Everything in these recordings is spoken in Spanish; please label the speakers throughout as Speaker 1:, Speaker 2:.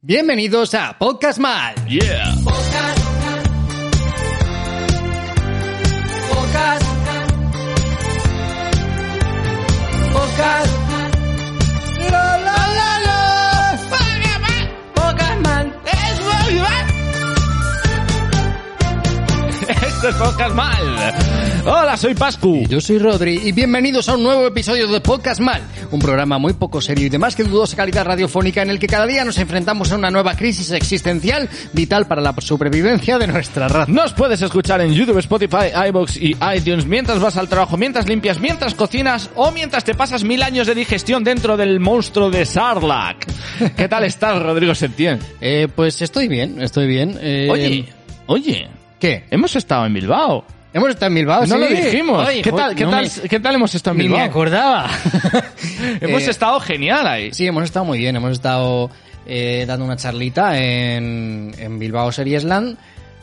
Speaker 1: Bienvenidos a Podcast Mal.
Speaker 2: Yeah.
Speaker 3: Podcast. Podcast. Podcast. Lo, lo, lo, lo. Podcast Man. Podcast Man. Es Bobby Man.
Speaker 4: Esto es Podcast Mal. Hola, soy Pascu.
Speaker 1: Yo soy Rodri y bienvenidos a un nuevo episodio de Podcast Mal, un programa muy poco serio y de más que dudosa calidad radiofónica en el que cada día nos enfrentamos a una nueva crisis existencial vital para la sobrevivencia de nuestra raza.
Speaker 4: Nos puedes escuchar en YouTube, Spotify, iBox y iTunes mientras vas al trabajo, mientras limpias, mientras cocinas o mientras te pasas mil años de digestión dentro del monstruo de Sarlacc. ¿Qué tal estás, Rodrigo Septién?
Speaker 1: Eh, pues estoy bien, estoy bien. Eh,
Speaker 4: Oye, oye,
Speaker 1: ¿Qué?
Speaker 4: hemos estado en Bilbao.
Speaker 1: Hemos estado en Bilbao,
Speaker 4: No
Speaker 1: Ah, sí.
Speaker 4: lo dijimos.
Speaker 1: Oye,
Speaker 4: ¿Qué, tal,
Speaker 1: jo-
Speaker 4: qué,
Speaker 1: no
Speaker 4: tal,
Speaker 1: me-
Speaker 4: ¿Qué tal hemos estado en
Speaker 1: Ni me
Speaker 4: Bilbao?
Speaker 1: acordaba.
Speaker 4: Hemos
Speaker 1: Eh,
Speaker 4: estado genial ahí.
Speaker 1: Sí, hemos estado muy bien. Hemos estado eh, dando una charlita en, en Bilbao Series Land,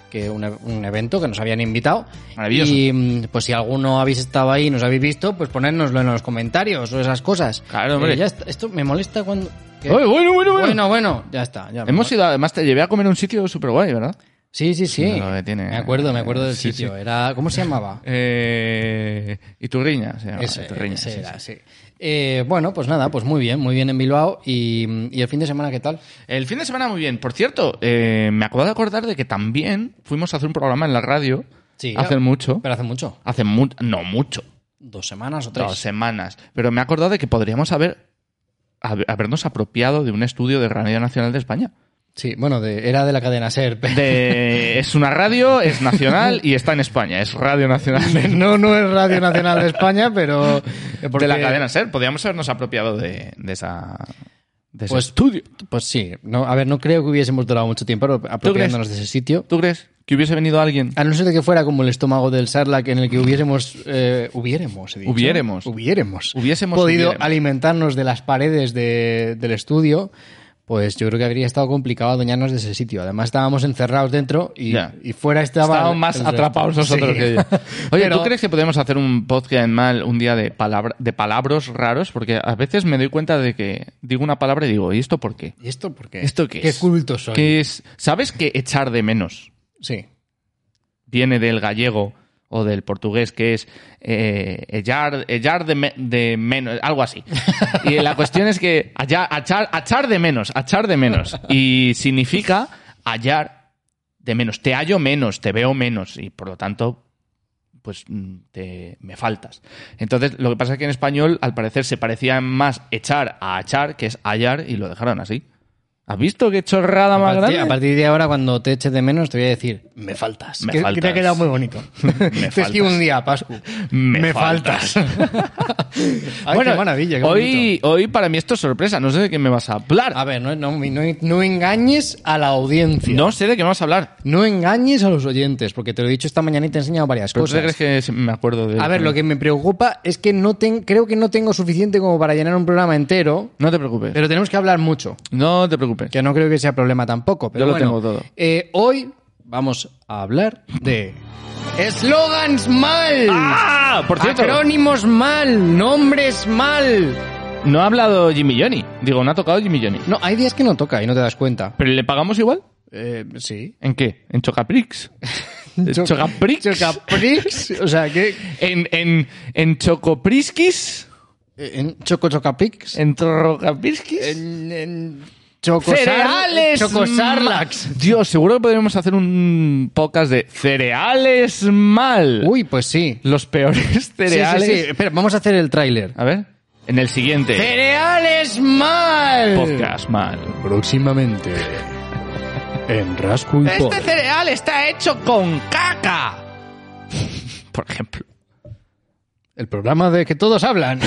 Speaker 1: que un, e- un evento que nos habían invitado.
Speaker 4: Maravilloso.
Speaker 1: Y mm, pues si alguno habéis estado ahí y nos habéis visto, pues ponérnoslo en los comentarios o esas cosas.
Speaker 4: Claro, hombre.
Speaker 1: Eh, ya está. Esto me molesta cuando... que-
Speaker 4: Oye, bueno, bueno, bueno.
Speaker 1: bueno, bueno, ya está. ya me
Speaker 4: Hemos
Speaker 1: mol-
Speaker 4: ido, además te llevé a comer a un sitio súper guay, ¿verdad?
Speaker 1: Sí, sí, sí.
Speaker 4: Sí, lo que tiene-
Speaker 1: Me acuerdo, me acuerdo del
Speaker 4: Sí,
Speaker 1: sitio. Era... ¿Cómo se llamaba?
Speaker 4: Eh, y tu riña, se llamaba,
Speaker 1: Ese,
Speaker 4: Iturriña,
Speaker 1: ese
Speaker 4: sí, sí.
Speaker 1: era, sí. Eh, bueno, pues nada, pues muy bien, muy bien en Bilbao. Y, y el fin de semana qué tal?
Speaker 4: El fin de semana muy bien. Por cierto, eh, me acabo de acordar de que también fuimos a hacer un programa en la radio.
Speaker 1: Sí,
Speaker 4: hace
Speaker 1: ya.
Speaker 4: mucho.
Speaker 1: Pero hace mucho.
Speaker 4: Hace mu- no mucho.
Speaker 1: Dos semanas o tres.
Speaker 4: Dos semanas. Pero me he acordado de que podríamos haber hab- habernos apropiado de un estudio de Radio Nacional de España.
Speaker 1: Sí, bueno, de- era de la cadena SER. pero-
Speaker 4: De- es una radio, es nacional y está en España. Es Radio Nacional de,
Speaker 1: No, no es Radio Nacional de España, pero... porque-
Speaker 4: de la cadena SER. Podríamos habernos apropiado de, de esa... de ese
Speaker 1: Pues-
Speaker 4: estudio.
Speaker 1: Pues sí. No, a ver, no creo que hubiésemos durado mucho tiempo apropiándonos de ese sitio.
Speaker 4: ¿Tú crees que hubiese venido alguien?
Speaker 1: A no ser de que fuera como el estómago del Sarlac en el que hubiésemos... eh, hubiéremos, he dicho.
Speaker 4: Hubiéremos.
Speaker 1: Hubiéremos.
Speaker 4: Hubiésemos,
Speaker 1: Podido
Speaker 4: hubiéremos.
Speaker 1: alimentarnos de las paredes de- del estudio, pues yo creo que habría estado complicado adueñarnos de ese sitio. Además estábamos encerrados dentro y,
Speaker 4: Ya.
Speaker 1: y fuera estaba...
Speaker 4: Estábamos más
Speaker 1: el-
Speaker 4: atrapados nosotros
Speaker 1: Sí.
Speaker 4: que ellos. Oye,
Speaker 1: Pero-
Speaker 4: ¿tú crees que podemos hacer un podcast mal un día de, palabra, de palabras raros? Porque a veces me doy cuenta de que digo una palabra y digo, ¿y esto por qué?
Speaker 1: ¿Y esto por qué?
Speaker 4: ¿Esto qué, es?
Speaker 1: Qué culto soy.
Speaker 4: ¿Qué es? ¿Sabes que echar de menos
Speaker 1: Sí.
Speaker 4: viene del gallego o del portugués, que es eh, echar, echar de, me- de menos, algo así? Y la cuestión es que allá- achar- achar de menos, achar de menos. Y significa hallar de menos. Te hallo menos, te veo menos y por lo tanto pues mm, te, me faltas. Entonces, lo que pasa es que en español, al parecer, se parecía más echar a achar, que es hallar, y lo dejaron así. ¿Has visto qué chorrada
Speaker 1: A
Speaker 4: más
Speaker 1: partir, a
Speaker 4: grande?
Speaker 1: partir de ahora, cuando te eches de menos, te voy a decir, me faltas.
Speaker 4: Me
Speaker 1: que, que te
Speaker 4: faltas.
Speaker 1: ha quedado muy bonito. te escribo
Speaker 4: faltas.
Speaker 1: un día, Pascu.
Speaker 4: Me faltas.
Speaker 1: Ay, qué maravilla, qué
Speaker 4: hoy, hoy para mí esto es sorpresa. No sé de qué me vas a hablar.
Speaker 1: bonito. A ver, no, no- no- no engañes a la audiencia.
Speaker 4: no sé de qué me vas a hablar.
Speaker 1: No engañes a los oyentes, porque te lo he dicho esta mañana y te he enseñado varias
Speaker 4: ¿Pero tú te
Speaker 1: cosas.
Speaker 4: crees que se- me acuerdo de
Speaker 1: A ver, lo que me preocupa es que no ten- creo que no tengo suficiente como para llenar un programa entero,
Speaker 4: No te preocupes.
Speaker 1: pero tenemos que hablar mucho.
Speaker 4: No te preocupes.
Speaker 1: Que no creo que sea problema tampoco. Pero
Speaker 4: Yo lo
Speaker 1: bueno,
Speaker 4: tengo todo.
Speaker 1: eh, hoy vamos a hablar de. ¡Eslogans mal!
Speaker 4: ¡Ah! Por cierto,
Speaker 1: Acrónimos mal, nombres mal.
Speaker 4: no ha hablado Jimmy Johnny. Digo, no ha tocado Jimmy Johnny.
Speaker 1: No, hay días que no toca y no te das cuenta.
Speaker 4: ¿Pero le pagamos igual?
Speaker 1: Eh, sí.
Speaker 4: ¿En qué? ¿En Chocaprix? ¿En
Speaker 1: Choc-
Speaker 4: Eh, Chocaprix?
Speaker 1: Chocaprix, o sea, que
Speaker 4: ¿En, en, en Chocopriskis?
Speaker 1: eh, en Choco Chocaprix,
Speaker 4: ¿En Trocapriskis?
Speaker 1: en, en Chocosar-
Speaker 4: ¡Cereales!
Speaker 1: Chocosarlax.
Speaker 4: ma- Dios, seguro que podríamos hacer un podcast de cereales mal.
Speaker 1: Uy, pues sí.
Speaker 4: Los peores
Speaker 1: Sí,
Speaker 4: cereales.
Speaker 1: sí, sí. Espera, vamos a hacer el tráiler.
Speaker 4: A ver, en el siguiente
Speaker 1: Cereales mal.
Speaker 4: podcast mal.
Speaker 1: Próximamente en Rasco y Pod.
Speaker 4: cereal está hecho con caca. Por ejemplo.
Speaker 1: El programa de que todos hablan.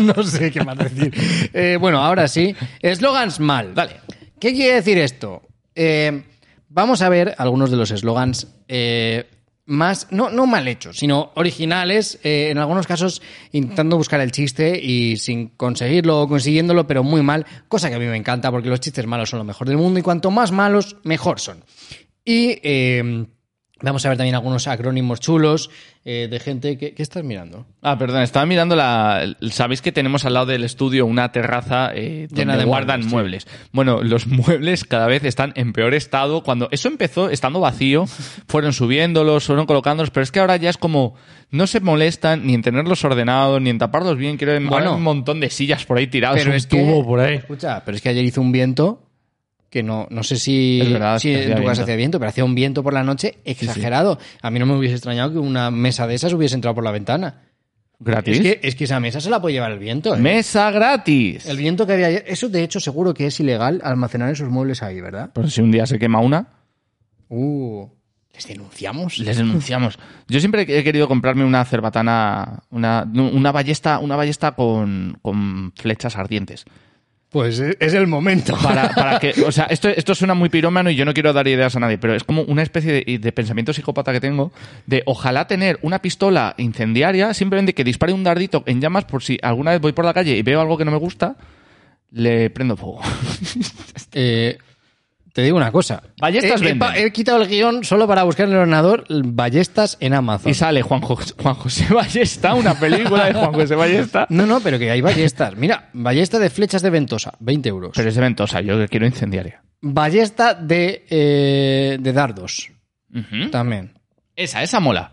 Speaker 1: no sé qué más decir. Eh, bueno, ahora sí. Eslogans mal.
Speaker 4: Dale.
Speaker 1: ¿Qué quiere decir esto? Eh, vamos a ver algunos de los eslogans eh, más, no, no mal hechos, sino originales, eh, en algunos casos intentando buscar el chiste y sin conseguirlo o consiguiéndolo, pero muy mal, cosa que a mí me encanta porque los chistes malos son lo mejor del mundo y cuanto más malos, mejor son. Y eh, vamos a ver también algunos acrónimos chulos eh, de gente que... ¿Qué estás mirando?
Speaker 4: Ah, perdón, estaba mirando la. Sabéis que tenemos al lado del estudio una terraza eh, donde
Speaker 1: Llena de
Speaker 4: guardan
Speaker 1: muebles,
Speaker 4: muebles, Bueno, los muebles cada vez están en peor estado. Cuando eso empezó estando vacío, fueron subiéndolos, fueron colocándolos, pero es que ahora ya es como. No se molestan ni en tenerlos ordenados, ni en taparlos bien. Quiero decir, ahora
Speaker 1: Bueno.
Speaker 4: hay un montón de sillas por ahí tiradas,
Speaker 1: Pero
Speaker 4: un
Speaker 1: es que-
Speaker 4: tubo por ahí.
Speaker 1: Escucha, pero es que ayer hizo un viento que no, no sé si,
Speaker 4: Es verdad,
Speaker 1: si
Speaker 4: hacía
Speaker 1: en tu casa
Speaker 4: viento.
Speaker 1: hacía viento, pero hacía un viento por la noche exagerado. A mí no me hubiese extrañado que una mesa de esas hubiese entrado por la ventana.
Speaker 4: Gratis.
Speaker 1: Es que, es que esa mesa se la puede llevar el viento. ¿eh?
Speaker 4: Mesa gratis.
Speaker 1: El viento que había ayer, eso de hecho seguro que es ilegal almacenar esos muebles ahí, ¿verdad?
Speaker 4: Pero Pues si un día se quema una.
Speaker 1: Uh, les denunciamos.
Speaker 4: Les denunciamos. Yo siempre he querido comprarme una cerbatana, una, una ballesta, una ballesta con, con flechas ardientes.
Speaker 1: Pues es es el momento.
Speaker 4: Para, para que, o sea, esto, esto suena muy pirómano y yo no quiero dar ideas a nadie, pero es como una especie de, de pensamiento psicópata que tengo de ojalá tener una pistola incendiaria, simplemente que dispare un dardito en llamas por si alguna vez voy por la calle y veo algo que no me gusta, le prendo fuego.
Speaker 1: Eh, te digo una cosa. Eh,
Speaker 4: Ballestas
Speaker 1: he, he pa-
Speaker 4: venden.
Speaker 1: he quitado el guión solo para buscar en el ordenador ballestas en Amazon.
Speaker 4: Y sale Juan, Jo- Juan José Ballesta, una película de Juan José Ballesta.
Speaker 1: No, no, pero que hay ballestas. Mira, ballesta de flechas de ventosa, 20 euros.
Speaker 4: Pero es de ventosa, yo quiero incendiaria.
Speaker 1: Ballesta de, eh, de dardos,
Speaker 4: Ujú.
Speaker 1: también.
Speaker 4: Esa, esa mola.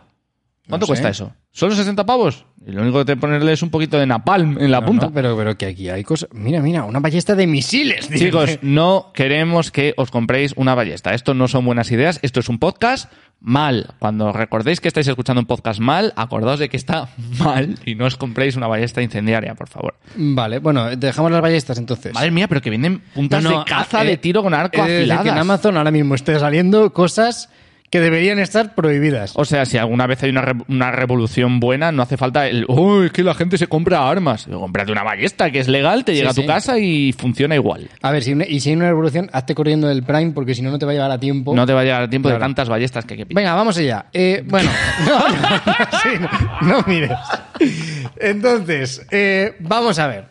Speaker 4: ¿Cuánto
Speaker 1: sé.
Speaker 4: cuesta eso? ¿Solo 60 pavos? Y lo único que te ponerle es un poquito de napalm en la punta.
Speaker 1: No, no, pero, pero que aquí hay cosas... Mira, mira, una ballesta de misiles. dice.
Speaker 4: Chicos, no queremos que os compréis una ballesta. Esto no son buenas ideas. Esto es un podcast mal. Cuando recordéis que estáis escuchando un podcast mal, acordaos de que está mal y no os compréis una ballesta incendiaria, por favor.
Speaker 1: Vale, bueno, dejamos las ballestas entonces.
Speaker 4: Madre mía, pero que vienen puntas
Speaker 1: No, no,
Speaker 4: de caza
Speaker 1: eh,
Speaker 4: de tiro con arco
Speaker 1: he de decir
Speaker 4: afiladas.
Speaker 1: que en Amazon ahora mismo esté saliendo cosas que deberían estar prohibidas.
Speaker 4: O sea, si alguna vez hay una, re- una revolución buena, no hace falta el. ¡Uy, es que la gente se compra armas! Digo, Cómprate una ballesta que es legal, te llega a tu
Speaker 1: sí.
Speaker 4: casa y funciona igual.
Speaker 1: A ver, si una- y si hay una revolución, hazte corriendo del Prime porque si no, no te va a llevar a tiempo.
Speaker 4: No te va a llegar tiempo de
Speaker 1: Claro.
Speaker 4: tantas ballestas que hay que pillar.
Speaker 1: Venga, vamos allá. Eh, bueno, no, no, no, sí, no, no mires. Entonces, eh, vamos a ver.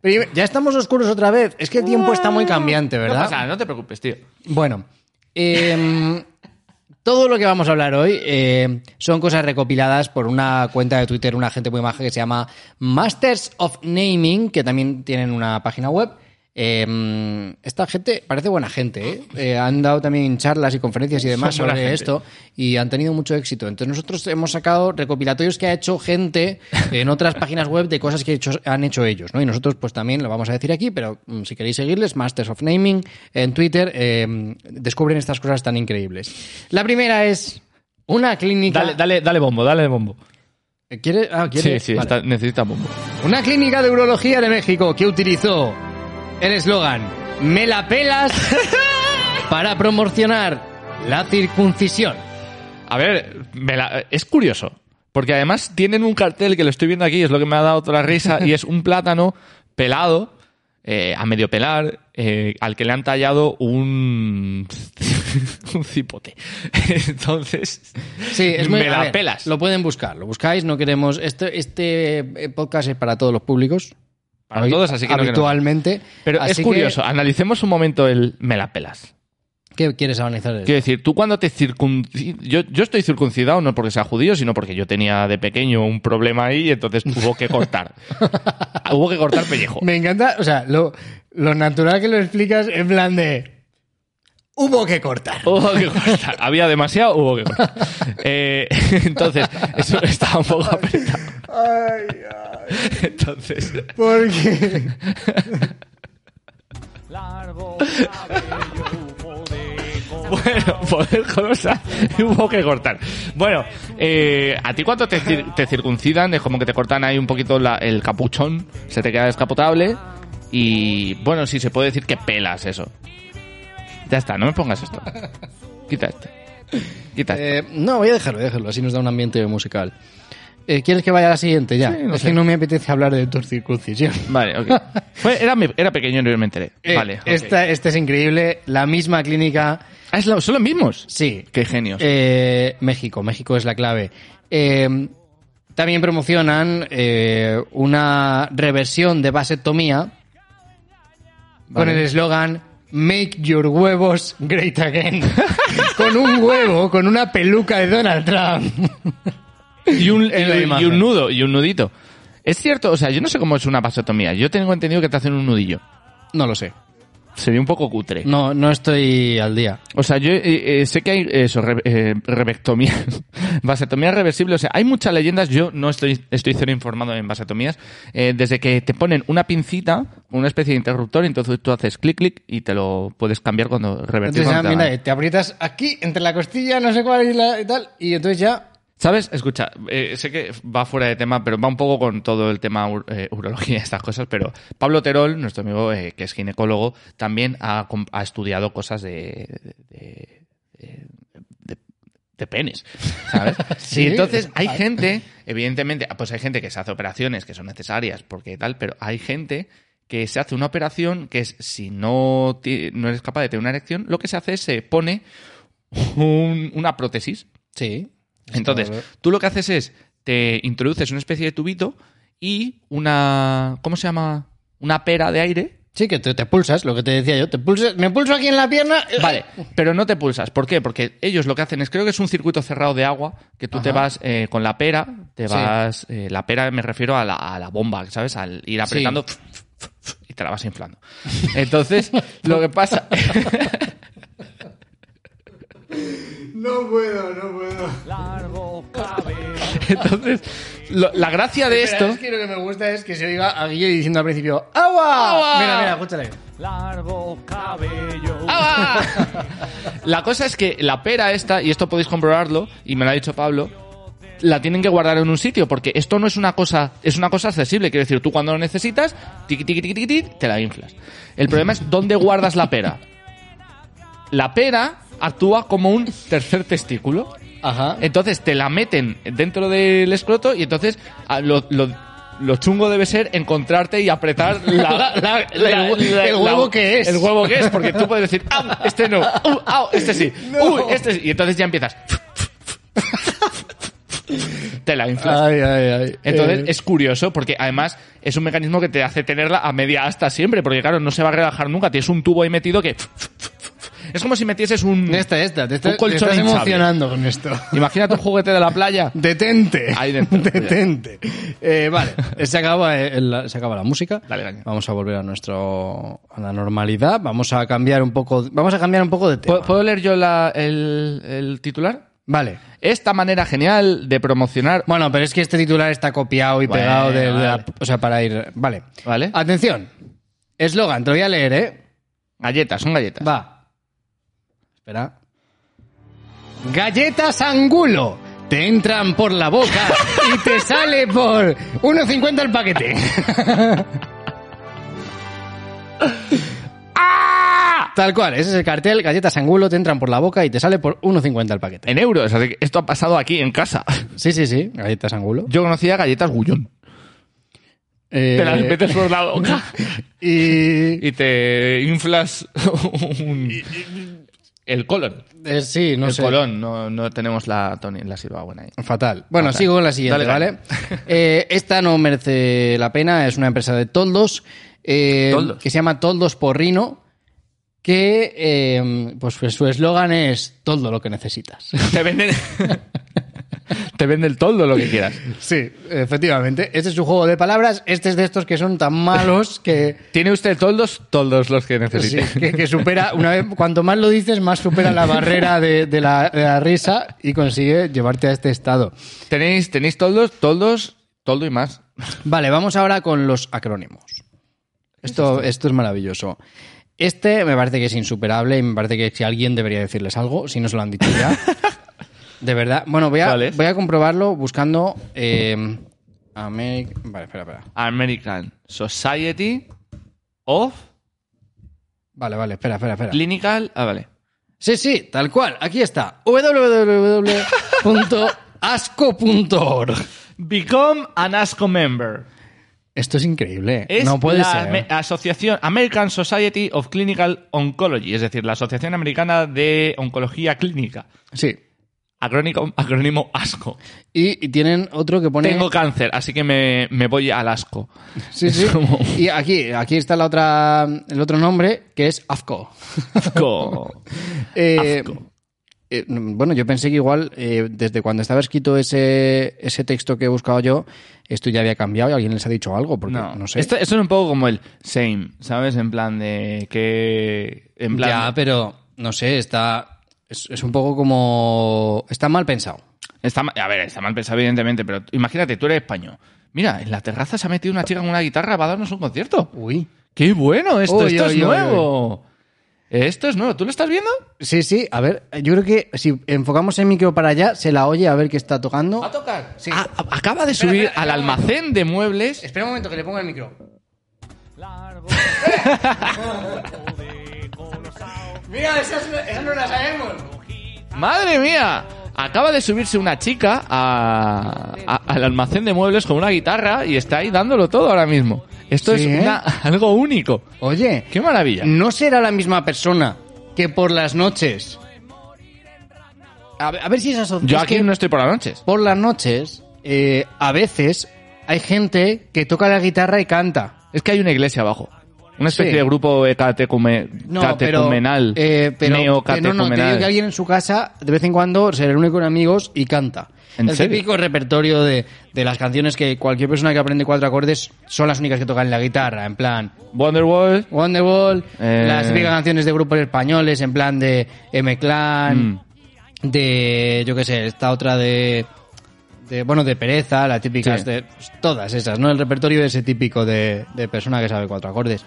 Speaker 1: Prim- Ya estamos oscuros otra vez. Es que el tiempo está muy cambiante,
Speaker 4: No
Speaker 1: ¿verdad?
Speaker 4: pasa nada, no te preocupes, tío.
Speaker 1: Bueno, em, todo lo que vamos a hablar hoy em, son cosas recopiladas por una cuenta de Twitter, una gente muy maja que se llama Masters of Naming, que también tienen una página web. Em, esta gente parece buena gente, ¿eh? Eh, han dado también charlas y conferencias y demás
Speaker 4: Son buena
Speaker 1: sobre
Speaker 4: gente.
Speaker 1: esto y han tenido mucho éxito. Entonces nosotros hemos sacado recopilatorios que ha hecho gente en otras páginas web de cosas que he hecho- han hecho ellos, ¿no? Y nosotros pues también lo vamos a decir aquí, pero mm, si queréis seguirles, Masters of Naming en Twitter, eh, descubren estas cosas tan increíbles. La primera es una clínica...
Speaker 4: Dale, dale, dale bombo, dale bombo.
Speaker 1: ¿Quieres? Ah,
Speaker 4: Sí,
Speaker 1: ¿quieres?
Speaker 4: sí,
Speaker 1: Vale.
Speaker 4: está- necesita bombo.
Speaker 1: Una clínica de urología de México que utilizó el eslogan Me la pelas para promocionar la circuncisión.
Speaker 4: A ver, me la- es curioso. Porque además tienen un cartel que lo estoy viendo aquí, es lo que me ha dado toda la risa, y es un plátano pelado, eh, a medio pelar, eh, al que le han tallado un, un cipote. Entonces,
Speaker 1: Sí, es muy
Speaker 4: me
Speaker 1: a
Speaker 4: la
Speaker 1: ver,
Speaker 4: pelas.
Speaker 1: Lo pueden buscar, lo buscáis, no queremos. Este, este eh, podcast es para todos los públicos.
Speaker 4: Para todos, así que no queremos.
Speaker 1: Habitualmente.
Speaker 4: Pero
Speaker 1: Así
Speaker 4: es
Speaker 1: que,
Speaker 4: curioso, analicemos un momento el me la pelas.
Speaker 1: ¿Qué quieres analizar? de esto?
Speaker 4: Quiero decir, tú cuando te circuncidas. Yo, yo estoy circuncidado no porque sea judío, sino porque yo tenía de pequeño un problema ahí y entonces hubo que cortar. hubo que cortar pellejo.
Speaker 1: Me encanta, o sea, lo, lo natural que lo explicas en plan de. Hubo que cortar.
Speaker 4: Hubo que cortar. Había demasiado, hubo que cortar. Eh, entonces, eso estaba un poco apretado.
Speaker 1: Ay,
Speaker 4: Entonces,
Speaker 1: porque.
Speaker 4: bueno, poder colosa y hubo que cortar. Bueno, eh, ¿a ti cuánto te, cir- te circuncidan? Es como que te cortan ahí un poquito la- el capuchón, se te queda descapotable y, bueno, sí, se puede decir que pelas eso. Ya está, no me pongas esto. Quita este. esto. Quita esto.
Speaker 1: Eh, no, voy a dejarlo, voy a dejarlo, así nos da un ambiente musical. Eh, ¿Quieres que vaya a la siguiente ya?
Speaker 4: Sí, no
Speaker 1: es
Speaker 4: sé.
Speaker 1: que no me apetece hablar de tu circuncisión.
Speaker 4: Vale, ok. Fue- era, mi- era pequeño y yo me enteré.
Speaker 1: Eh,
Speaker 4: vale. ok.
Speaker 1: esta, esta es increíble. La misma clínica.
Speaker 4: Ah, es lo- son los mismos.
Speaker 1: Sí.
Speaker 4: Qué genios.
Speaker 1: Eh, México, México es la clave. Eh, también promocionan eh, una reversión de vasectomía con
Speaker 4: Vale.
Speaker 1: el eslogan Make your huevos great again. con un huevo, con una peluca de Donald Trump.
Speaker 4: y, un, eh,
Speaker 1: en la
Speaker 4: y un-
Speaker 1: imagen.
Speaker 4: y un nudo, y un nudito. Es cierto, o sea, yo no sé cómo es una vasotomía. Yo tengo entendido que te hacen un nudillo.
Speaker 1: no lo sé.
Speaker 4: Sería un poco cutre.
Speaker 1: No, no estoy al día.
Speaker 4: O sea, yo eh, eh, sé que hay eso, re- eh, revectomías, vasectomías reversibles. O sea, hay muchas leyendas. Yo no estoy, estoy cero informado en vasectomías. Eh, desde que te ponen una pincita, una especie de interruptor, y entonces tú haces clic, clic y te lo puedes cambiar cuando revertir.
Speaker 1: Entonces, ah,
Speaker 4: cuando te da la
Speaker 1: mira,
Speaker 4: gana.
Speaker 1: te aprietas aquí, entre la costilla, no sé cuál y, la- y tal, y entonces ya...
Speaker 4: ¿Sabes? Escucha, eh, sé que va fuera de tema, pero va un poco con todo el tema ur- eh, urología y estas cosas, pero Pablo Terol, nuestro amigo eh, que es ginecólogo, también ha, com- ha estudiado cosas de... de- de- de- de penes, ¿sabes?
Speaker 1: Sí.
Speaker 4: Y entonces hay gente, evidentemente, pues hay gente que se hace operaciones que son necesarias porque tal, pero hay gente que se hace una operación que es, si no, ti- no eres capaz de tener una erección, lo que se hace es se pone un- una prótesis
Speaker 1: Sí.
Speaker 4: entonces,
Speaker 1: Claro.
Speaker 4: tú lo que haces es, te introduces una especie de tubito y una, ¿cómo se llama? Una pera de aire.
Speaker 1: Sí, que te, te pulsas, lo que te decía yo. Te pulsas, me pulso aquí en la pierna. eh,
Speaker 4: Vale, pero no te pulsas. ¿Por qué? Porque ellos lo que hacen es, creo que es un circuito cerrado de agua, que tú te vas eh, con la pera, te
Speaker 1: Sí.
Speaker 4: vas, eh, la pera me refiero a la, a la bomba, ¿sabes? Al ir apretando y te la vas inflando. Entonces, lo que pasa... Entonces, lo- la gracia de
Speaker 1: Espera,
Speaker 4: esto...
Speaker 1: Es que lo que me gusta es que se oiga a Guille diciendo al principio ¡Agua!
Speaker 4: ¡Agua!
Speaker 1: Ah, Mira, mira, escúchale.
Speaker 4: La cosa es que la pera esta, y esto podéis comprobarlo, y me lo ha dicho Pablo, la tienen que guardar en un sitio, porque esto no es una cosa, es una cosa accesible. Quiero decir, tú cuando lo necesitas, tiqui, tiqui, tiqui, tiqui, tiqui, te la inflas. El problema es dónde guardas la pera. La pera actúa como un tercer testículo.
Speaker 1: Ajá.
Speaker 4: Entonces te la meten dentro del escroto y entonces ah, lo, lo- lo chungo debe ser encontrarte y apretar la- la- la-
Speaker 1: la-
Speaker 4: la-
Speaker 1: el
Speaker 4: la-
Speaker 1: huevo que es.
Speaker 4: El huevo que es, porque tú puedes decir, "Au, este no, au, au, este sí, uy, este sí. Y entonces ya empiezas. te la inflas.
Speaker 1: Ay, ay, ay.
Speaker 4: Entonces
Speaker 1: Eh,
Speaker 4: es curioso porque además es un mecanismo que te hace tenerla a media asta siempre, porque claro, no se va a relajar nunca, tienes un tubo ahí metido que... Es como si metieses un...
Speaker 1: Esta, esta. Te, está-
Speaker 4: un colchón
Speaker 1: te estás
Speaker 4: hinchable.
Speaker 1: emocionando con esto.
Speaker 4: Imagínate un juguete de la playa.
Speaker 1: Detente.
Speaker 4: Ahí dentro, cuidado.
Speaker 1: Detente. Eh, vale, se acaba, el- se acaba la música.
Speaker 4: Dale, caña.
Speaker 1: Vamos a volver a nuestro a la normalidad. Vamos a cambiar un poco. Vamos a cambiar un poco de tema.
Speaker 4: ¿Puedo, puedo leer yo la- el, el titular?
Speaker 1: Vale.
Speaker 4: Esta manera genial de promocionar...
Speaker 1: Bueno, pero es que este titular está copiado y
Speaker 4: Bueno,
Speaker 1: pegado de la-
Speaker 4: vale.
Speaker 1: O sea, para ir... Vale.
Speaker 4: Vale.
Speaker 1: Atención. Eslogan, te lo voy a leer, ¿eh?
Speaker 4: Galletas, son galletas.
Speaker 1: Va. Espera. Galletas Angulo. Te entran por la boca y te sale por 1.50 el paquete.
Speaker 4: ¡Ah!
Speaker 1: Tal cual, ese es el cartel. Galletas Angulo te entran por la boca y te sale por 1.50 el paquete.
Speaker 4: En euros, así que esto ha pasado aquí en casa.
Speaker 1: Sí, sí, sí. Galletas Angulo.
Speaker 4: Yo conocía galletas gullón.
Speaker 1: Eh,
Speaker 4: Te las metes por la boca
Speaker 1: y...
Speaker 4: y te inflas un- El colon.
Speaker 1: Eh, sí, no
Speaker 4: el
Speaker 1: sé.
Speaker 4: colon, no, no tenemos la, toni- la silva buena ahí.
Speaker 1: Fatal. Bueno,
Speaker 4: Fatal.
Speaker 1: sigo con la siguiente,
Speaker 4: Dale,
Speaker 1: ¿vale? Eh, esta no merece la pena, es una empresa de toldos, eh,
Speaker 4: Toldos.
Speaker 1: que se llama Toldos Porrino, que eh, pues, pues su eslogan es todo lo que necesitas.
Speaker 4: Te venden... te venden el toldo, lo que quieras.
Speaker 1: Sí, efectivamente. Este es su juego de palabras, este es de estos que son tan malos que...
Speaker 4: ¿Tiene usted toldos? Toldos los que
Speaker 1: sí,
Speaker 4: necesite.
Speaker 1: que, que supera, una vez, cuanto más lo dices, más supera la barrera de, de la, de la risa y consigue llevarte a este estado.
Speaker 4: ¿Tenéis, tenéis toldos, toldos, toldo y más.
Speaker 1: Vale, vamos ahora con los acrónimos. Esto, esto es maravilloso. Este me parece que es insuperable y me parece que si alguien debería decirles algo, si no se lo han dicho ya. De verdad. Bueno, voy a,
Speaker 4: ¿Cuál es?
Speaker 1: voy a comprobarlo buscando. eh, Ameri- Vale, espera, espera.
Speaker 4: American Society of
Speaker 1: Vale, vale, espera, espera, espera.
Speaker 4: Clinical. Ah, vale.
Speaker 1: Sí, sí, tal cual. Aquí está. www.asco.org.
Speaker 4: Become an ASCO member.
Speaker 1: Esto es increíble.
Speaker 4: Es
Speaker 1: no puede
Speaker 4: la
Speaker 1: ser.
Speaker 4: Ame- Asociación American Society of Clinical Oncology, es decir, la Asociación Americana de Oncología Clínica.
Speaker 1: Sí.
Speaker 4: Acrónico- acrónimo ASCO.
Speaker 1: Y, y tienen otro que pone.
Speaker 4: Tengo cáncer, así que me, me voy al ASCO.
Speaker 1: Sí,
Speaker 4: Es
Speaker 1: sí.
Speaker 4: como-
Speaker 1: Y aquí, aquí está la otra, el otro nombre, que es AFCO.
Speaker 4: ASCO.
Speaker 1: Eh,
Speaker 4: AFCO.
Speaker 1: eh, bueno, yo pensé que igual, eh, desde cuando estaba escrito ese, ese texto que he buscado yo, esto ya había cambiado y alguien les ha dicho algo, porque no,
Speaker 4: No,
Speaker 1: sé.
Speaker 4: Esto, esto es un poco como el same, ¿sabes? En plan de que... En plan
Speaker 1: ya, pero no sé, está. Es, es un poco como. Está mal pensado.
Speaker 4: Está ma- a ver, está mal pensado, evidentemente, pero tú- imagínate, tú eres español. Mira, en la terraza se ha metido una chica con una guitarra, va a darnos un concierto.
Speaker 1: Uy.
Speaker 4: ¡Qué bueno esto!
Speaker 1: Uy,
Speaker 4: ¡Esto
Speaker 1: uy,
Speaker 4: es
Speaker 1: uy,
Speaker 4: nuevo! Esto es nuevo. ¿Tú lo estás viendo?
Speaker 1: Sí, sí, a ver, yo creo que si enfocamos el micro para allá, se la oye a ver qué está tocando. Ah,
Speaker 4: tocar?
Speaker 1: Sí.
Speaker 4: Ah, acaba de
Speaker 1: Espera,
Speaker 4: subir
Speaker 1: espera,
Speaker 4: al
Speaker 1: espera un
Speaker 4: almacén de muebles.
Speaker 1: Espera un momento que le ponga el micro. Mira, esas, no las sabemos.
Speaker 4: ¡Madre mía! Acaba de subirse una chica a- a- al almacén de muebles con una guitarra y está ahí dándolo todo ahora mismo. Esto
Speaker 1: Sí,
Speaker 4: es
Speaker 1: ¿eh?
Speaker 4: una- algo único.
Speaker 1: Oye,
Speaker 4: ¡Qué maravilla!
Speaker 1: no será la misma persona que por las noches. A ver, a ver si es asocia-
Speaker 4: Yo
Speaker 1: es
Speaker 4: aquí
Speaker 1: que
Speaker 4: no estoy por las noches.
Speaker 1: Por las noches, eh, a veces hay gente que toca la guitarra y canta.
Speaker 4: Es que hay una iglesia abajo. Una especie
Speaker 1: Sí.
Speaker 4: de grupo eh, catecume-
Speaker 1: No, pero,
Speaker 4: catecumenal.
Speaker 1: eh, pero, pero no, no, te digo
Speaker 4: neocatecumenal.
Speaker 1: que alguien en su casa de vez en cuando se reúne con amigos y canta.
Speaker 4: ¿En
Speaker 1: el
Speaker 4: serio?
Speaker 1: típico repertorio de, de las canciones que cualquier persona que aprende cuatro acordes son las únicas que tocan la guitarra, en plan
Speaker 4: Wonderwall.
Speaker 1: Wonderwall,
Speaker 4: Eh.
Speaker 1: las típicas canciones de grupos españoles, en plan de M-Clan,
Speaker 4: Mm.
Speaker 1: de, yo qué sé, esta otra de, de, bueno, de Pereza, las típicas
Speaker 4: Sí.
Speaker 1: de, pues, todas esas, ¿no? El repertorio ese típico de, de persona que sabe cuatro acordes.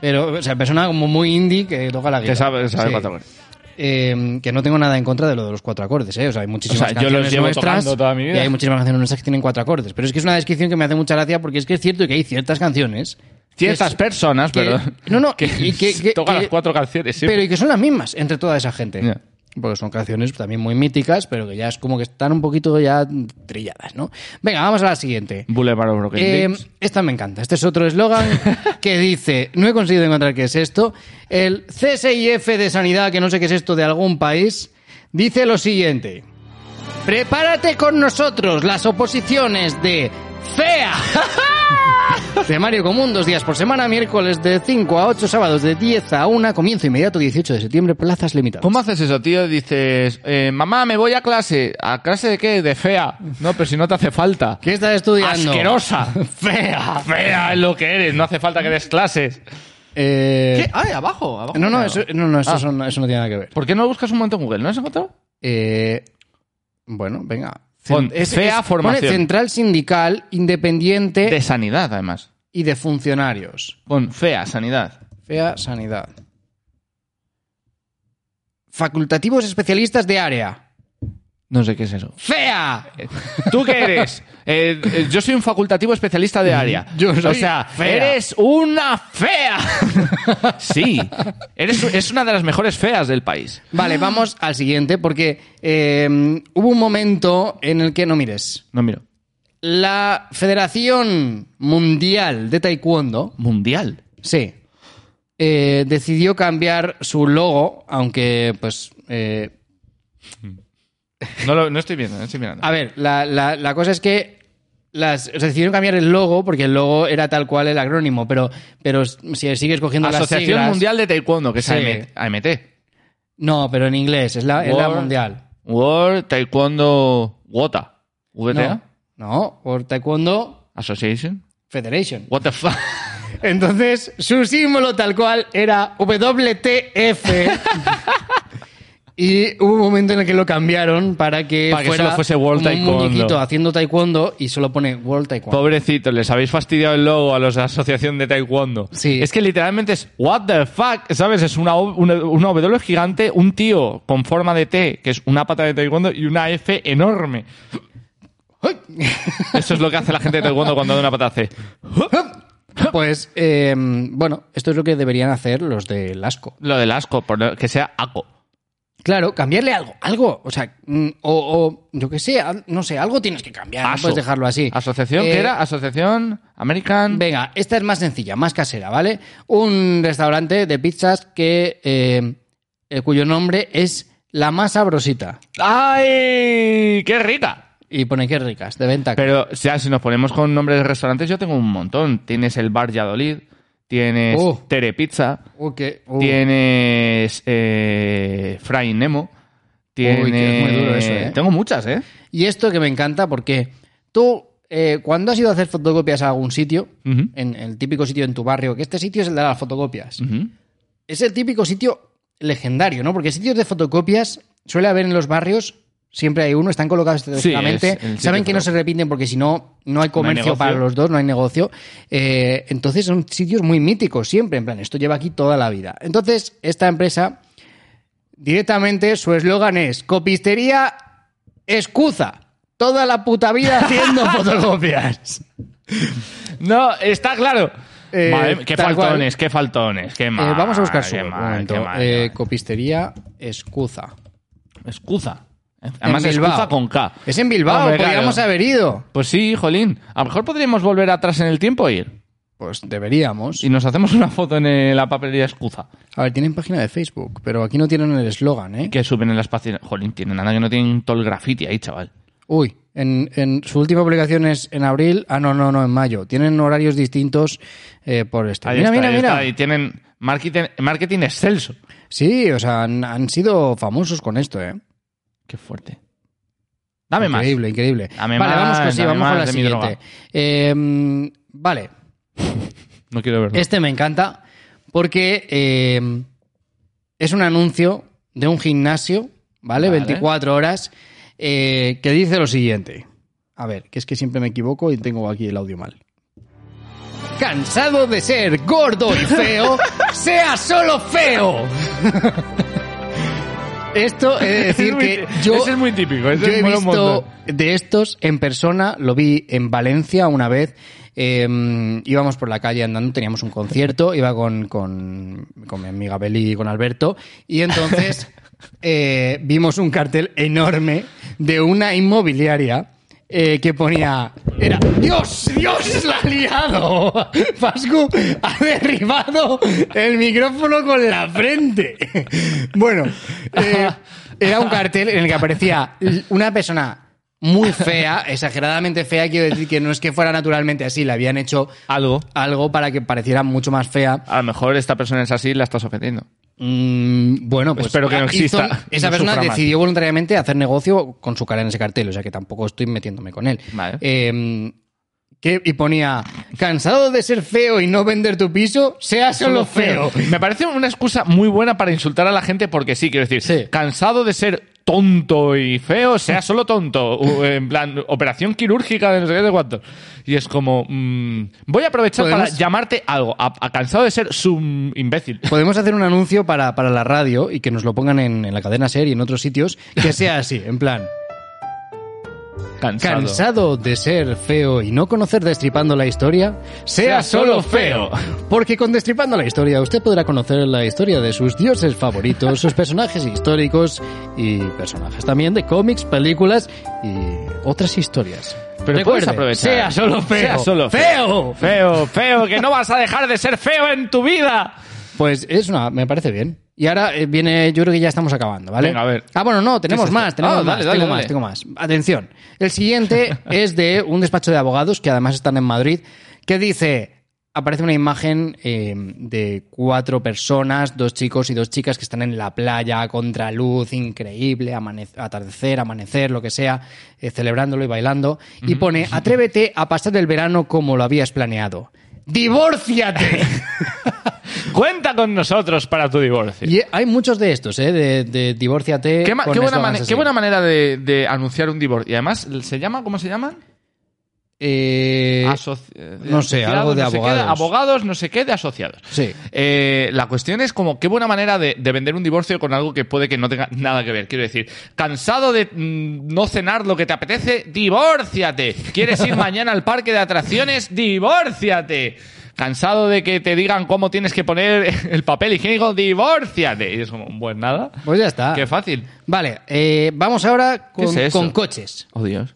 Speaker 1: Pero, o sea, persona como muy indie que toca la guitarra.
Speaker 4: Que sabe, sabe
Speaker 1: Sí.
Speaker 4: cuatro acordes.
Speaker 1: Eh, que no tengo nada en contra de lo de los cuatro acordes, ¿eh? O sea, hay muchísimas
Speaker 4: O sea, yo
Speaker 1: canciones
Speaker 4: los llevo
Speaker 1: nuestras
Speaker 4: tocando toda mi vida.
Speaker 1: y hay muchísimas canciones nuestras que tienen cuatro acordes. Pero es que es una descripción que me hace mucha gracia porque es que es cierto que hay ciertas canciones... que
Speaker 4: Ciertas
Speaker 1: es-
Speaker 4: personas,
Speaker 1: que-
Speaker 4: pero.
Speaker 1: no, no,
Speaker 4: que,
Speaker 1: y que- que-
Speaker 4: toca
Speaker 1: que-
Speaker 4: las cuatro canciones siempre.
Speaker 1: Pero y que son las mismas entre toda esa gente.
Speaker 4: Ya.
Speaker 1: Porque son canciones también muy míticas, pero que ya es como que están un poquito ya trilladas, ¿no? Venga, vamos a la siguiente.
Speaker 4: Boulevard of Broken
Speaker 1: Eh,
Speaker 4: Dreams.
Speaker 1: esta me encanta. Este es otro eslogan que dice, no he conseguido encontrar qué es esto, el CSIF de Sanidad, que no sé qué es esto de algún país, dice lo siguiente. Prepárate con nosotros las oposiciones de CEA. Temario común dos días por semana, miércoles de 5 a 8, sábados de 10 a 1, comienzo inmediato 18 de septiembre, plazas limitadas.
Speaker 4: ¿Cómo haces eso, tío? Dices, eh, mamá, me voy a clase. ¿A clase de qué? De fea. No, pero si no te hace falta.
Speaker 1: ¿Qué estás estudiando?
Speaker 4: Asquerosa. fea. Fea es lo que eres. No hace falta que des clases.
Speaker 1: Eh,
Speaker 4: ¿Qué? Ah, abajo. abajo
Speaker 1: No, no,
Speaker 4: mira.
Speaker 1: eso, no, no, eso
Speaker 4: Ah.
Speaker 1: son- eso no tiene nada que ver.
Speaker 4: ¿Por qué no lo buscas un momento en Google? ¿No has encontrado?
Speaker 1: Eh, bueno, venga.
Speaker 4: Pon
Speaker 1: Cen- es-
Speaker 4: fea
Speaker 1: es-
Speaker 4: formación.
Speaker 1: pone central sindical, independiente
Speaker 4: De sanidad, además.
Speaker 1: y de funcionarios.
Speaker 4: Con fea, sanidad.
Speaker 1: Fea sanidad. Facultativos especialistas de área.
Speaker 4: No sé qué es eso.
Speaker 1: ¡Fea!
Speaker 4: Eh, ¿Tú qué eres? Eh, eh, yo soy un facultativo especialista de área.
Speaker 1: Yo soy
Speaker 4: o sea,
Speaker 1: fea.
Speaker 4: eres una fea. sí. Eres, es una de las mejores feas del país.
Speaker 1: Vale, vamos al siguiente porque eh, hubo un momento en el que no mires.
Speaker 4: No, miro.
Speaker 1: La Federación Mundial de Taekwondo
Speaker 4: Mundial.
Speaker 1: Sí. Eh, decidió cambiar su logo, aunque, pues. eh,
Speaker 4: No, lo- no estoy viendo, no estoy mirando.
Speaker 1: a ver, la, la- la cosa es que las, o sea, decidieron cambiar el logo porque el logo era tal cual el acrónimo, pero, pero si sigues cogiendo las
Speaker 4: Asociación
Speaker 1: siglas-
Speaker 4: Mundial de Taekwondo, que es
Speaker 1: Sí.
Speaker 4: AMT. AMT.
Speaker 1: No, pero en inglés, es la, es la
Speaker 4: World-
Speaker 1: mundial.
Speaker 4: World Taekwondo WOTA. ¿VTA?
Speaker 1: No, no, por Taekwondo
Speaker 4: Association.
Speaker 1: Federation.
Speaker 4: What the fuck?
Speaker 1: Entonces, su símbolo tal cual era WTF. y hubo un momento en el que lo cambiaron para que,
Speaker 4: Para que
Speaker 1: fuera
Speaker 4: solo fuese World
Speaker 1: como
Speaker 4: Taekwondo.
Speaker 1: un muñequito haciendo taekwondo y solo pone World Taekwondo.
Speaker 4: Pobrecito, les habéis fastidiado el logo a los de Asociación de Taekwondo.
Speaker 1: Sí.
Speaker 4: Es que literalmente es what the fuck, ¿sabes? Es una, O- una, una W gigante, un tío con forma de T, que es una pata de Taekwondo, y una F enorme. Eso es lo que hace la gente de Taekwondo cuando da una pata hace.
Speaker 1: Pues, eh,
Speaker 4: em,
Speaker 1: bueno, esto es lo que deberían hacer los de Lasco.
Speaker 4: Lo del asco, por no- que sea aco.
Speaker 1: Claro, cambiarle algo, algo, o sea, mm, o, o, yo qué sé, al- no sé, algo tienes que cambiar, no
Speaker 4: Aso.
Speaker 1: puedes dejarlo así.
Speaker 4: Asociación,
Speaker 1: Eh,
Speaker 4: ¿qué era? mm. Asociación American.
Speaker 1: Venga, esta es más sencilla, más casera, ¿vale? Un restaurante de pizzas que eh, eh, cuyo nombre es La Más Sabrosita.
Speaker 4: ¡Ay! ¡Qué rica!
Speaker 1: Y pone que ricas, de venta.
Speaker 4: Pero o sea, si nos ponemos con nombres de restaurantes, yo tengo un montón. Tienes el Bar Yadolid, tienes
Speaker 1: Uh.
Speaker 4: Tere Pizza,
Speaker 1: Uh, que- uh.
Speaker 4: tienes eh, Fry Nemo, tienes...
Speaker 1: Uy, que es muy duro eso, ¿eh?
Speaker 4: Tengo muchas, ¿eh?
Speaker 1: Y esto que me encanta porque tú, eh, cuando has ido a hacer fotocopias a algún sitio,
Speaker 4: Ujú.
Speaker 1: en el típico sitio en tu barrio, que este sitio es el de las fotocopias,
Speaker 4: Ujú.
Speaker 1: es el típico sitio legendario, ¿no? Porque sitios de fotocopias suele haber en los barrios, siempre hay uno, están colocados estratégicamente,
Speaker 4: es el sitio
Speaker 1: saben que no
Speaker 4: fotocopia.
Speaker 1: se repiten porque si no, no hay comercio
Speaker 4: negocio.
Speaker 1: para los dos, no hay negocio. Eh, entonces son sitios muy míticos siempre, en plan, esto lleva aquí toda la vida. Entonces, esta empresa, directamente su eslogan es copistería escuza. Toda la puta vida haciendo fotocopias.
Speaker 4: No, está claro.
Speaker 1: Eh,
Speaker 4: Madre mía, qué
Speaker 1: tal cual.
Speaker 4: faltones, qué faltones, qué mal.
Speaker 1: Eh, vamos a buscar
Speaker 4: qué
Speaker 1: su
Speaker 4: mal, qué
Speaker 1: momento.
Speaker 4: mal, qué
Speaker 1: Eh,
Speaker 4: mal.
Speaker 1: copistería escuza.
Speaker 4: Escuza. ¿eh? Además,
Speaker 1: En Bilbao.
Speaker 4: escuza con K.
Speaker 1: Es en Bilbao,
Speaker 4: Hombre, claro.
Speaker 1: podríamos haber ido.
Speaker 4: Pues sí, jolín. A lo mejor podríamos volver atrás en el tiempo e ir.
Speaker 1: Pues deberíamos.
Speaker 4: Y nos hacemos una foto en eh, la papelería Escuza.
Speaker 1: A ver, tienen página de Facebook, pero aquí no tienen el eslogan, ¿eh?
Speaker 4: Que suben en las páginas. Jolín, tienen nada que no tienen todo el graffiti ahí, chaval.
Speaker 1: Uy, en, en su última publicación es en abril. Ah, no, no, no, en mayo. Tienen horarios distintos eh, por este.
Speaker 4: Ahí
Speaker 1: mira,
Speaker 4: está,
Speaker 1: mira,
Speaker 4: ahí
Speaker 1: mira.
Speaker 4: está. Y tienen marketing, marketing excelso.
Speaker 1: Sí, o sea, han, han sido famosos con esto, ¿eh?
Speaker 4: Qué fuerte. Dame más.
Speaker 1: increíble, increíble.
Speaker 4: Dame
Speaker 1: vale,
Speaker 4: más,
Speaker 1: vamos con, sí,
Speaker 4: dame
Speaker 1: vamos con
Speaker 4: más
Speaker 1: la
Speaker 4: de mi droga.
Speaker 1: siguiente. Eh, vale,
Speaker 4: No quiero verlo.
Speaker 1: este me encanta porque eh, es un anuncio de un gimnasio, ¿vale?
Speaker 4: Vale.
Speaker 1: 24 horas, eh, que dice lo siguiente. A ver, que es que siempre me equivoco y tengo aquí el audio mal. Cansado de ser gordo y feo, sea solo feo. Esto he de decir
Speaker 4: es muy
Speaker 1: que
Speaker 4: tí-
Speaker 1: yo
Speaker 4: ese es muy típico. ese
Speaker 1: yo he
Speaker 4: mola un
Speaker 1: visto
Speaker 4: montón.
Speaker 1: de estos en persona, lo vi en Valencia una vez. eh, íbamos por la calle andando, teníamos un concierto, iba con, con, con mi amiga Beli y con Alberto, y entonces eh, vimos un cartel enorme de una inmobiliaria eh, que ponía. Era Dios, Dios la ha liado. Pascu ha derribado el micrófono con la frente. Bueno, eh, era un cartel en el que aparecía l- una persona muy fea, exageradamente fea. Quiero decir que no es que fuera naturalmente así, le habían hecho
Speaker 4: Algo.
Speaker 1: algo para que pareciera mucho más fea.
Speaker 4: A lo mejor esta persona es así y la estás ofendiendo.
Speaker 1: Mm, bueno, pues
Speaker 4: Espero que no
Speaker 1: hizo-
Speaker 4: exista.
Speaker 1: esa
Speaker 4: No
Speaker 1: persona
Speaker 4: sufra más.
Speaker 1: decidió voluntariamente hacer negocio con su cara en ese cartel, o sea que tampoco estoy metiéndome con él.
Speaker 4: Vale.
Speaker 1: Eh, que- y ponía, cansado de ser feo y no vender tu piso, sea solo feo.
Speaker 4: Me parece una excusa muy buena para insultar a la gente porque sí, quiero decir,
Speaker 1: Sí.
Speaker 4: cansado de ser tonto y feo, sea solo tonto. u- eh, En plan, operación quirúrgica de no sé qué de cuánto. Y es como, mm, voy a aprovechar para
Speaker 1: Podemos-
Speaker 4: llamarte algo. A, a cansado de ser sum imbécil.
Speaker 1: Podemos hacer un anuncio para, para la radio y que nos lo pongan en, en la cadena SER y en otros sitios, que sea así, en plan,
Speaker 4: Cansado.
Speaker 1: cansado de ser feo y no conocer Destripando la Historia, sea, solo feo. Porque con Destripando la Historia usted podrá conocer la historia de sus dioses favoritos, sus personajes históricos y personajes también de cómics, películas y otras historias.
Speaker 4: Pero puedes
Speaker 1: Recuerde,
Speaker 4: aprovechar.
Speaker 1: Sea solo feo.
Speaker 4: Sea solo
Speaker 1: feo.
Speaker 4: Feo, feo, que no vas a dejar de ser feo en tu vida.
Speaker 1: Pues es una, me parece bien. Y ahora eh, viene, yo creo que ya estamos acabando, ¿vale?
Speaker 4: Venga, a ver.
Speaker 1: Ah, bueno, no, tenemos
Speaker 4: esto?
Speaker 1: más, tenemos
Speaker 4: Ah,
Speaker 1: más,
Speaker 4: dale, dale,
Speaker 1: tengo
Speaker 4: dale.
Speaker 1: más, tengo más. Atención. El siguiente es de un despacho de abogados que además están en Madrid, que dice, aparece una imagen eh, de cuatro personas, dos chicos y dos chicas que están en la playa, a contraluz, increíble, amane- atardecer, amanecer, lo que sea, eh, celebrándolo y bailando. Y pone, atrévete a pasar el verano como lo habías planeado. ¡Divórciate!
Speaker 4: Cuenta con nosotros para tu divorcio.
Speaker 1: Y hay muchos de estos, ¿eh? De, de divórciate.
Speaker 4: Qué, ma-
Speaker 1: con
Speaker 4: qué buena,
Speaker 1: eslogans
Speaker 4: mane-
Speaker 1: así.
Speaker 4: qué buena manera de, de anunciar un divorcio. Y además, ¿se llama? ¿Cómo se llaman?
Speaker 1: Eh,
Speaker 4: Asoci- eh,
Speaker 1: no sé,
Speaker 4: asociados,
Speaker 1: algo de
Speaker 4: no sé qué,
Speaker 1: abogados.
Speaker 4: abogados, no sé qué, de asociados.
Speaker 1: Sí.
Speaker 4: Eh, la cuestión es como qué buena manera de, de vender un divorcio con algo que puede que no tenga nada que ver. Quiero decir, cansado de mm, no cenar lo que te apetece, divórciate. ¿Quieres ir mañana al parque de atracciones? Divórciate. cansado de que te digan cómo tienes que poner el papel higiénico, divórciate. Y es como, pues nada.
Speaker 1: Pues ya está.
Speaker 4: Qué fácil.
Speaker 1: Vale, eh, vamos ahora con,
Speaker 4: es eso?
Speaker 1: con coches.
Speaker 4: Oh, Dios.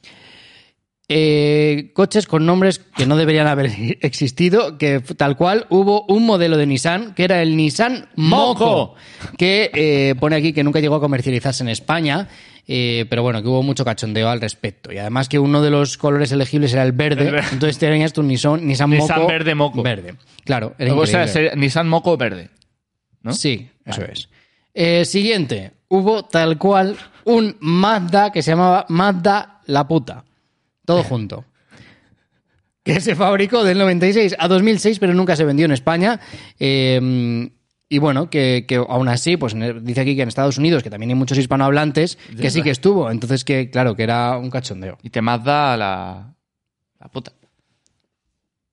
Speaker 1: Eh, coches con nombres que no deberían haber existido, que f- tal cual hubo un modelo de Nissan que era el Nissan Moco,
Speaker 4: Moco.
Speaker 1: que eh, pone aquí que nunca llegó a comercializarse en España, eh, pero bueno, que hubo mucho cachondeo al respecto. Y además que uno de los colores elegibles era el verde,
Speaker 4: Verde.
Speaker 1: entonces tenías tu Nissan, Nissan,
Speaker 4: Nissan
Speaker 1: Moco
Speaker 4: verde Moco.
Speaker 1: Verde, claro. Era
Speaker 4: O sea,
Speaker 1: increíble.
Speaker 4: ser- Nissan Moco verde. ¿no?
Speaker 1: Sí, eso es. Eh, siguiente, hubo tal cual un Mazda que se llamaba Mazda la puta. Todo junto. Que se fabricó del 96 a 2006, pero nunca se vendió en España. Eh, y bueno, que, que aún así, pues en el- dice aquí que en Estados Unidos, que también hay muchos hispanohablantes, que sí que estuvo. Entonces, que claro, que era un cachondeo.
Speaker 4: Y te Mazda la, la puta.